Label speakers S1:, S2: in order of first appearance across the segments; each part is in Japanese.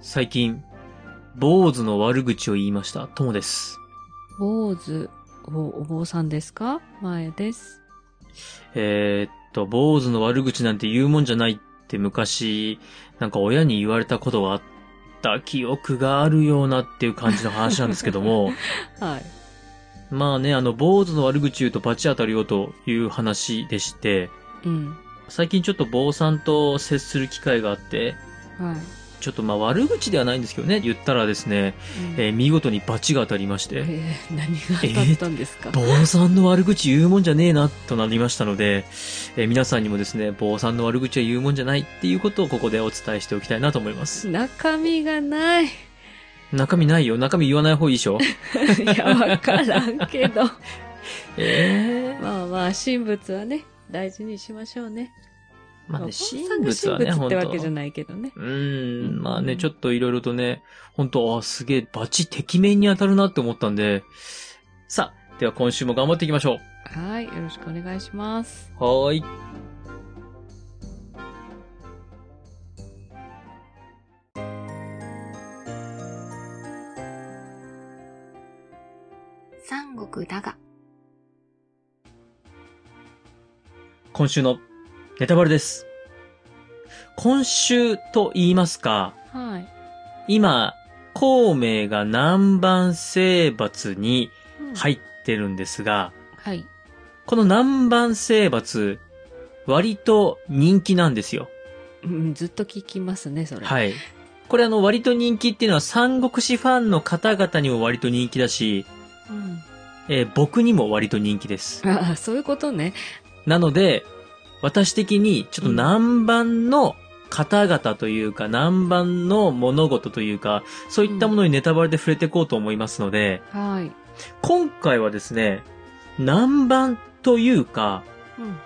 S1: 最近、坊主の悪口を言いました、ともです。
S2: 坊主おお坊さんですか前です。
S1: えーっと、坊主の悪口なんて言うもんじゃないって昔、なんか親に言われたことがあった記憶があるようなっていう感じの話なんですけども、
S2: はい。
S1: まあね、あの、坊主の悪口言うと罰当たるよという話でして、
S2: うん。
S1: 最近ちょっと坊さんと接する機会があって、
S2: はい。
S1: ちょっとまあ悪口ではないんですけどね、言ったらですね、
S2: うん
S1: えー見事に罰が当たりまして、
S2: えー何が当たったんですか、
S1: 坊さんの悪口言うもんじゃねえな、となりましたので、えー皆さんにもですね、坊さんの悪口は言うもんじゃないっていうことをここでお伝えしておきたいなと思います。
S2: 中身が ない。い
S1: 中身ないよ、中身言わない方がいいで しょ
S2: や、わからんけど。
S1: ええ
S2: まあまあ、神仏はね、大事にしましょうね。
S1: まあ
S2: お
S1: ね、
S2: 坊さ
S1: 神
S2: んが
S1: 仏はね、
S2: 神仏
S1: 本
S2: ってわけじゃ
S1: 当
S2: ないけどね。
S1: うーん、まあ
S2: う
S1: ね、
S2: ん
S1: ちょっといろいろとね、本当あ、すげえ、バチ、てきめんに当たるなって思ったんで、さあ、では今週も頑張っていきましょう。
S2: はい。よろしくお願いします。
S1: はーい。
S3: 三国だが、
S1: 今週のネタバレです。今週と言いますか、
S2: はい。
S1: 今、孔明が南蛮征伐に
S2: うん
S1: 入ってるんですが、
S2: はい。
S1: この南蛮征伐、割と人気なんですよ。
S2: うん、ずっと聞きますね、それ。い。
S1: はい。これあの、割と人気っていうのは三国志ファンの方々にも割と人気だし、
S2: うん、
S1: えー僕にも割と人気です。
S2: ああ、そういうことね。
S1: なので、私的に、ちょっと南蛮の方々というか、南蛮の物事というか、そういったものにネタバレで触れていこうと思いますので、
S2: はい。
S1: 今回はですね、南蛮というか、
S2: うん。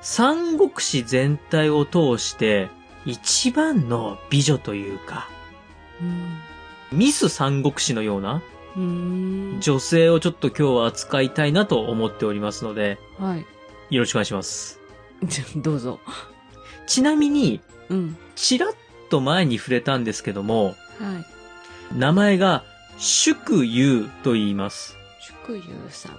S1: 三国志全体を通して、一番の美女というか、
S2: うん
S1: ミス三国志のような
S2: うーん。
S1: 女性をちょっと今日は扱いたいなと思っておりますので、
S2: はい。
S1: よろしくお願いします。
S2: じゃどうぞ。
S1: ちなみに、
S2: うん。
S1: ちらっと前に触れたんですけども、
S2: はい。
S1: 名前が祝友と言います。
S2: 祝友さん。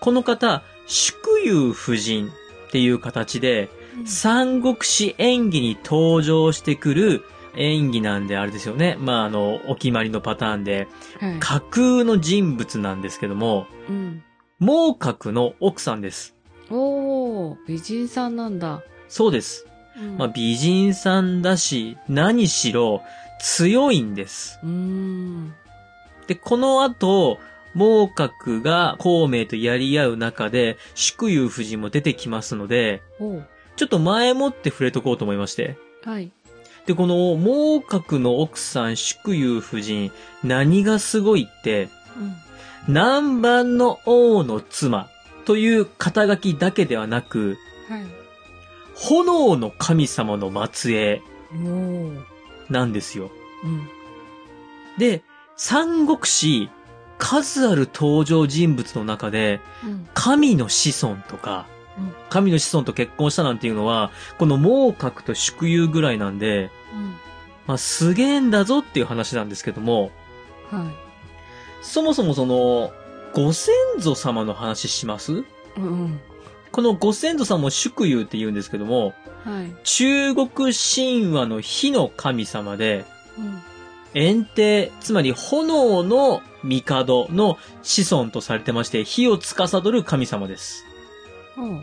S1: この方、祝友夫人っていう形で、三国志演技に登場してくる演技なんであれですよね。まあ、あの、お決まりのパターンで、
S2: はい。
S1: 架空の人物なんですけども、
S2: うん。
S1: 猛角の奥さんです。
S2: おー、美人さんなんだ。
S1: そうです。
S2: うん
S1: まあ、美人さんだし、何しろ強いんです。
S2: うーん。
S1: で、この後、猛角が孔明とやり合う中で、祝友夫人も出てきますので、
S2: おー。
S1: ちょっと前もって触れとこうと思いまして。
S2: はい。
S1: で、この猛角の奥さん祝友夫人、何がすごいって、
S2: うん。
S1: 南蛮の王の妻という肩書きだけではなく、
S2: はい。
S1: 炎の神様の末裔
S2: おー。
S1: なんですよ。
S2: うん。
S1: で、三国志、数ある登場人物の中で、
S2: うん。
S1: 神の子孫とか
S2: うん、
S1: 神の子孫と結婚したなんていうのは、この猛角と祝友ぐらいなんで、まあ、すげえんだぞっていう話なんですけども、
S2: うん。はい。
S1: そもそもその、ご先祖様の話します
S2: うん。
S1: このご先祖様を祝友って言うんですけども、
S2: はい。
S1: 中国神話の火の神様で、
S2: うん。
S1: 炎帝、つまり炎の帝の子孫とされてまして、火を司る神様です。
S2: おー。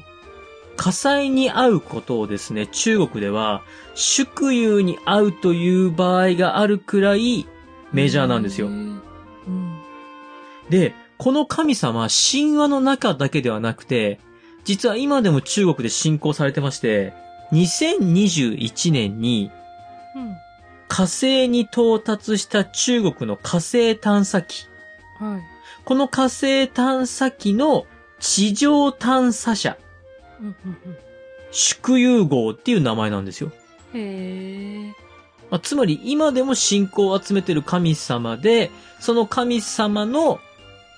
S1: 火災に遭うことをですね、中国では、祝友に遭うという場合があるくらいメジャーなんですよ
S2: へ。ーうん。
S1: で、この神様、神話の中だけではなくて、実は今でも中国で信仰されてまして、2021年に
S2: うん。
S1: 火星に到達した中国の火星探査機。
S2: はい。
S1: この火星探査機の地上探査車、
S2: うん。うん。うん
S1: 祝友号っていう名前なんですよ。
S2: へえ。
S1: まあ、つまり今でも信仰を集めてる神様で、その神様の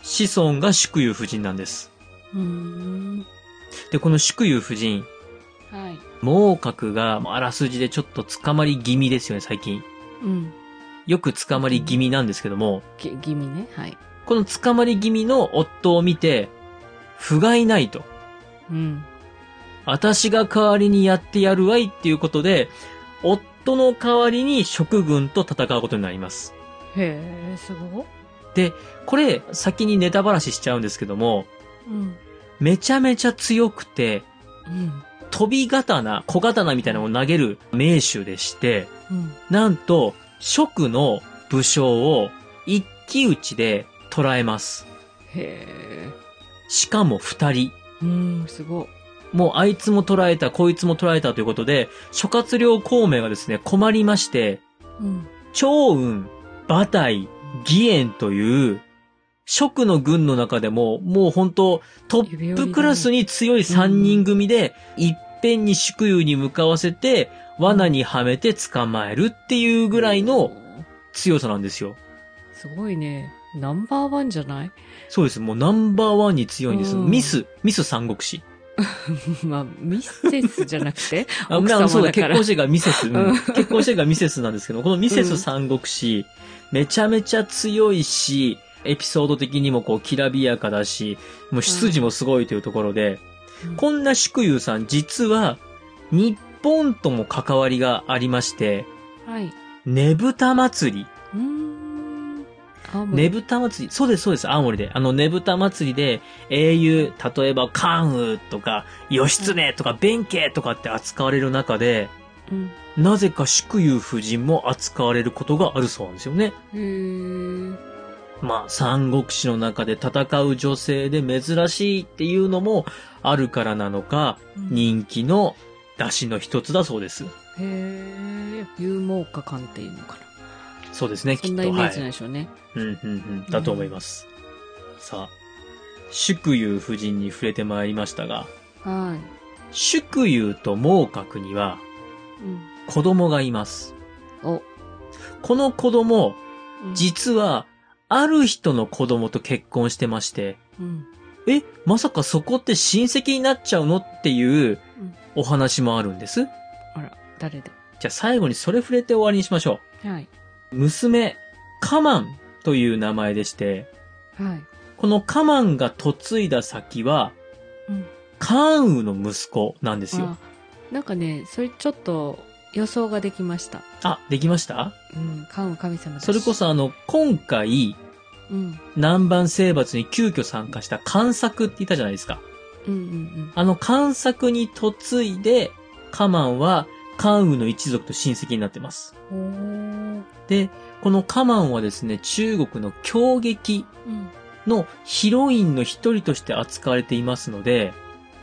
S1: 子孫が祝友夫人なんです。
S2: うーん。
S1: で、この祝友夫人、
S2: はい。
S1: 猛角がまああらすじでちょっと捕まり気味ですよね、最近。
S2: うん。
S1: よく捕まり気味なんですけども、
S2: き気味ね。はい。
S1: この捕まり気味の夫を見て、不甲斐ないと。
S2: うん。
S1: 私が代わりにやってやるわいっていうことで、夫の代わりに職軍と戦うことになります。
S2: へえ、すごっ。
S1: これ、先にネタばらししちゃうんですけども、
S2: うん。
S1: めちゃめちゃ強くて、
S2: うん。
S1: 飛び刀、小刀みたいなのを投げる名手でして、
S2: うん。
S1: なんと、職の武将を一騎打ちで捕らえます。
S2: へえ。
S1: しかも二人。
S2: うん、すごっ。
S1: もうあいつも捕らえた、こいつも捕らえたということで、諸葛亮孔明がですね、困りまして、
S2: うん。
S1: 長雲、馬隊、義援という、職の軍の中でも、もう本当トップクラスに強い3人組で、いっぺんに宿友に向かわせて、罠にはめて捕まえるっていうぐらいの強さなんですよ。
S2: すごいね。ナンバーワンじゃない
S1: そうです。もうナンバーワンに強いんです。
S2: うん
S1: ミス、ミス三国志。
S2: まあ、ミセスじゃな くて。
S1: あ
S2: 奥様
S1: まあそうだ、
S2: だか
S1: 結
S2: ら
S1: 婚してからミセス。うん
S2: うん
S1: 結婚してからミセスなんですけど、このミセス三国志、めちゃめちゃ強いし、エピソード的にもこう、きらびやかだし、もう出自もすごいというところで、こんな宿友さん、実は、日本とも関わりがありまして、
S2: はい。
S1: ねぶた祭り。
S2: うーん。あ、もう
S1: ねぶた祭り。そうです、そうです、青森で。あの、ねぶた祭りで、英雄、例えば、関羽とか、義経とか、弁慶とかって扱われる中で、
S2: うん。
S1: なぜか宿友夫人も扱われることがあるそうなんですよね。
S2: へー
S1: まあ、三国志の中で戦う女性で珍しいっていうのもあるからなのか、
S2: うん
S1: 人気の出汁の一つだそうです。
S2: へえ。有毛果館っていうのかな。
S1: そうですね、き
S2: そ
S1: っ
S2: ん
S1: と。
S2: なイメ
S1: は
S2: ージなん
S1: い。
S2: でしょうね。
S1: うん、うん、うん。だと思います。さあ、宿友夫人に触れてまいりましたが、
S2: は。
S1: 宿友と猛角にはい
S2: うん。
S1: 子供がいます。
S2: お。
S1: この子供、
S2: うん、
S1: 実は、ある人の子供と結婚してまして、
S2: うん。
S1: え、まさかそこって親戚になっちゃうのっていう
S2: うん
S1: お話もあるんです。じ
S2: あら、誰だ
S1: ゃあ最後にそれ触れて終わりにしましょ
S2: はい。
S1: う。娘、カマンという名前でして、
S2: はい。
S1: このカマンが嫁いだ先は、
S2: うん。
S1: カンウの息子なんですよ。
S2: あなんかね、それちょっと予想ができました。
S1: あ、できました
S2: うん、関羽神様だし
S1: それこ、そあの、今回、
S2: うん、
S1: 南蛮征伐に急遽参加した関作って言ったじゃないですか。
S2: うん、うん、
S1: あの関作に嫁いで、カマンは関羽の一族と親戚になってます。
S2: うん。おー。
S1: で、このカマンはですね、中国の狂劇
S2: うん。
S1: のヒロインの一人として扱われていますので、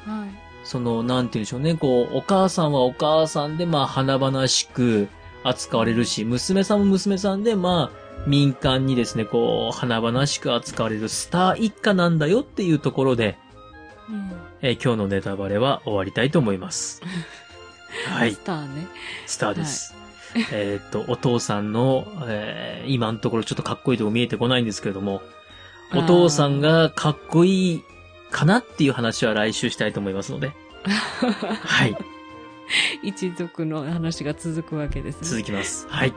S2: はい。
S1: その、なんて言うんでしょうね、こう、お母さんはお母さんで、まあ、華々しく扱われるし、娘さんも娘さんで、まあ、民間にですね、こう、華々しく扱われるスター一家なんだよっていうところで、
S2: うん。
S1: えー今日のネタバレは終わりたいと思います。はい
S2: ス、ターね。
S1: スターです。えーっと、お父さんの、えー今のところちょっとかっこいいとこ見えてこないんですけれども、お父さんがかっこいいかなっていう話は来週したいと思いますので、はい、
S2: 一族の話が続くわけですね。
S1: 続きます。はい。
S2: はい。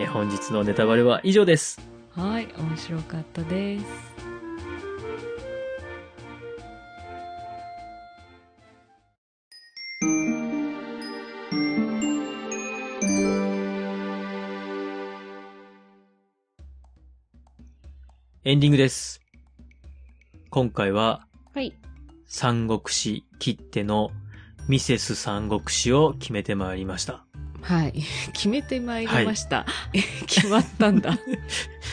S1: えー本日のネタバレは以上です。
S2: はい、面白かったです。
S1: エンディングです。今回は、
S2: はい。
S1: 三国志切ってのミセス三国志を決めてまいりました。
S2: はい。決めてまいりました。決まったんだ。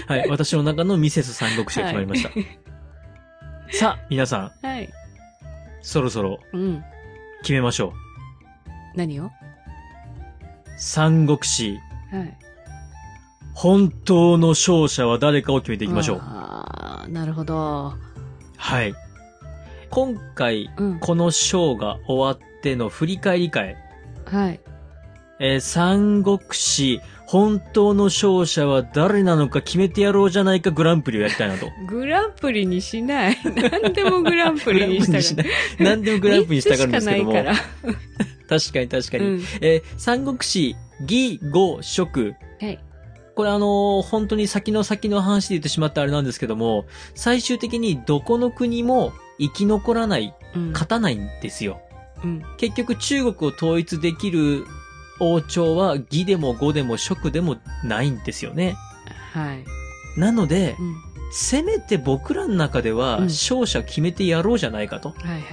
S1: はい、私の中のミセス三国志が決まりました。 さあ、皆さん、
S2: はい。
S1: そろそろ
S2: うん。
S1: 決めましょう。
S2: 何を
S1: 三国志、
S2: はい。
S1: 本当の勝者は誰かを決めていきましょう。
S2: ああ、なるほど。
S1: はい。今回、
S2: うん。
S1: この章が終わっての振り返り会、
S2: はい。
S1: えー三国志、本当の勝者は誰なのか決めてやろうじゃないかグランプリをやりたいなと。
S2: グランプリにしない。何でもグランプリにし
S1: グランプリ
S2: たが
S1: にしない何でもグランプリにしたがるんですけども。
S2: 三つしかない
S1: 確かに確か
S2: から
S1: に。
S2: うん
S1: えー三国志、義、語、職、
S2: はい。
S1: これあのー本当に先の先の話で言ってしまったあれなんですけども、最終的にどこの国も生き残らない、
S2: うん
S1: 勝たないんですよ。
S2: うん
S1: 結局中国を統一できる王朝は義でも語でも職でもないんですよね。
S2: はい
S1: なので
S2: う、ん
S1: せめて僕らの中では
S2: うん
S1: 勝者決めてやろうじゃないかと。
S2: はいはいはい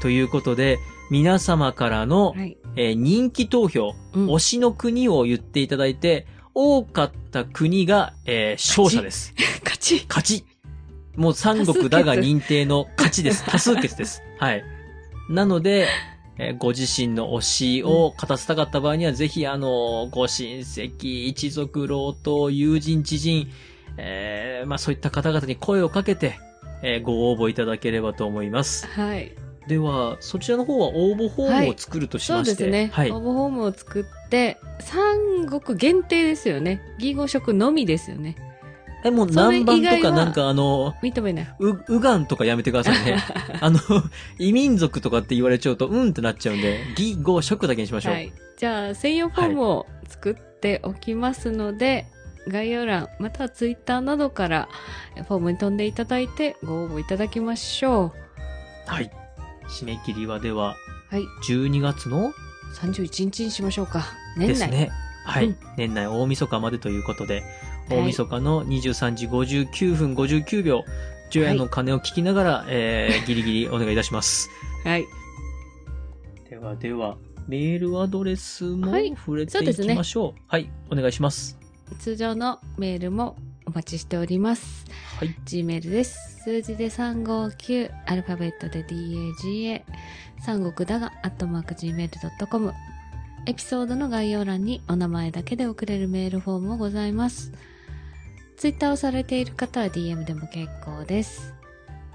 S1: ということで、皆様からの、
S2: はい
S1: えー人気投票、
S2: うん
S1: 推しの国を言っていただいて、多かった国が、えー勝者です。
S2: 勝ち
S1: 勝ちもう三国だが認定の勝ち です。多
S2: 多数
S1: 数決です。はい。なので、えーご自身の推しを語らせたかった場合には、ぜひ、あの、ご親戚、一族、老党、友人、知人、えーまあそういった方々に声をかけて、えーご応募いただければと思います。
S2: はい
S1: では、そちらの方は応募フォームを作るとし
S2: そう
S1: ま
S2: で
S1: して、
S2: すね、
S1: はい。
S2: 応募フォームを作って三国限定ですよね義語色のみですよね
S1: え、もう
S2: それ
S1: 南蛮
S2: 以外は
S1: とかなんかあの、、
S2: 認めないう
S1: うがんとかやめてください ね。あの、異民族とかって言われちゃうと、うんってなっちゃうんで、義、語、食だけにしましょう。
S2: はい、じゃあ専用フォームを作っておきますので、概要欄またはツイッターなどからえフォームに飛んでいただいてご応募いただきましょ
S1: はい。締め切りはでは、
S2: うはい
S1: 12月の
S2: 31日にしましょうか年
S1: です
S2: 内、
S1: ね。はい、
S2: うん
S1: 年内大晦日までということで、
S2: はい
S1: 大晦日の23時59分59秒、除夜の鐘を聞きながら、え ー、ギリギリお願いいたします。
S2: はい
S1: ではでは、メールアドレスも
S2: はい
S1: 触れて
S2: そう
S1: い
S2: です
S1: き
S2: ね
S1: ましょう。はい、お願いします。
S2: 通常のメールもお待ちしております
S1: はい。
S2: Gmail です数字で359アルファベットで DAGA 三国だがアットマーク Gmail.com エピソードの概要欄にお名前だけで送れるメールフォームもございますツイッターをされている方は DM でも結構です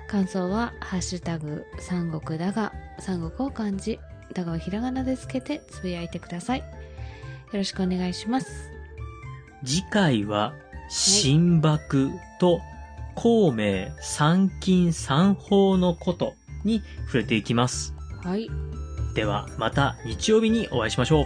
S2: 感想は「ハッシュタグ三国だが」三国を漢字だがをひらがなでつけてつぶやいてくださいよろしくお願いします
S1: 次回は、新爆と孔明三金三宝のことに触れていきます。
S2: はい
S1: では、また日曜日にお会いしましょう。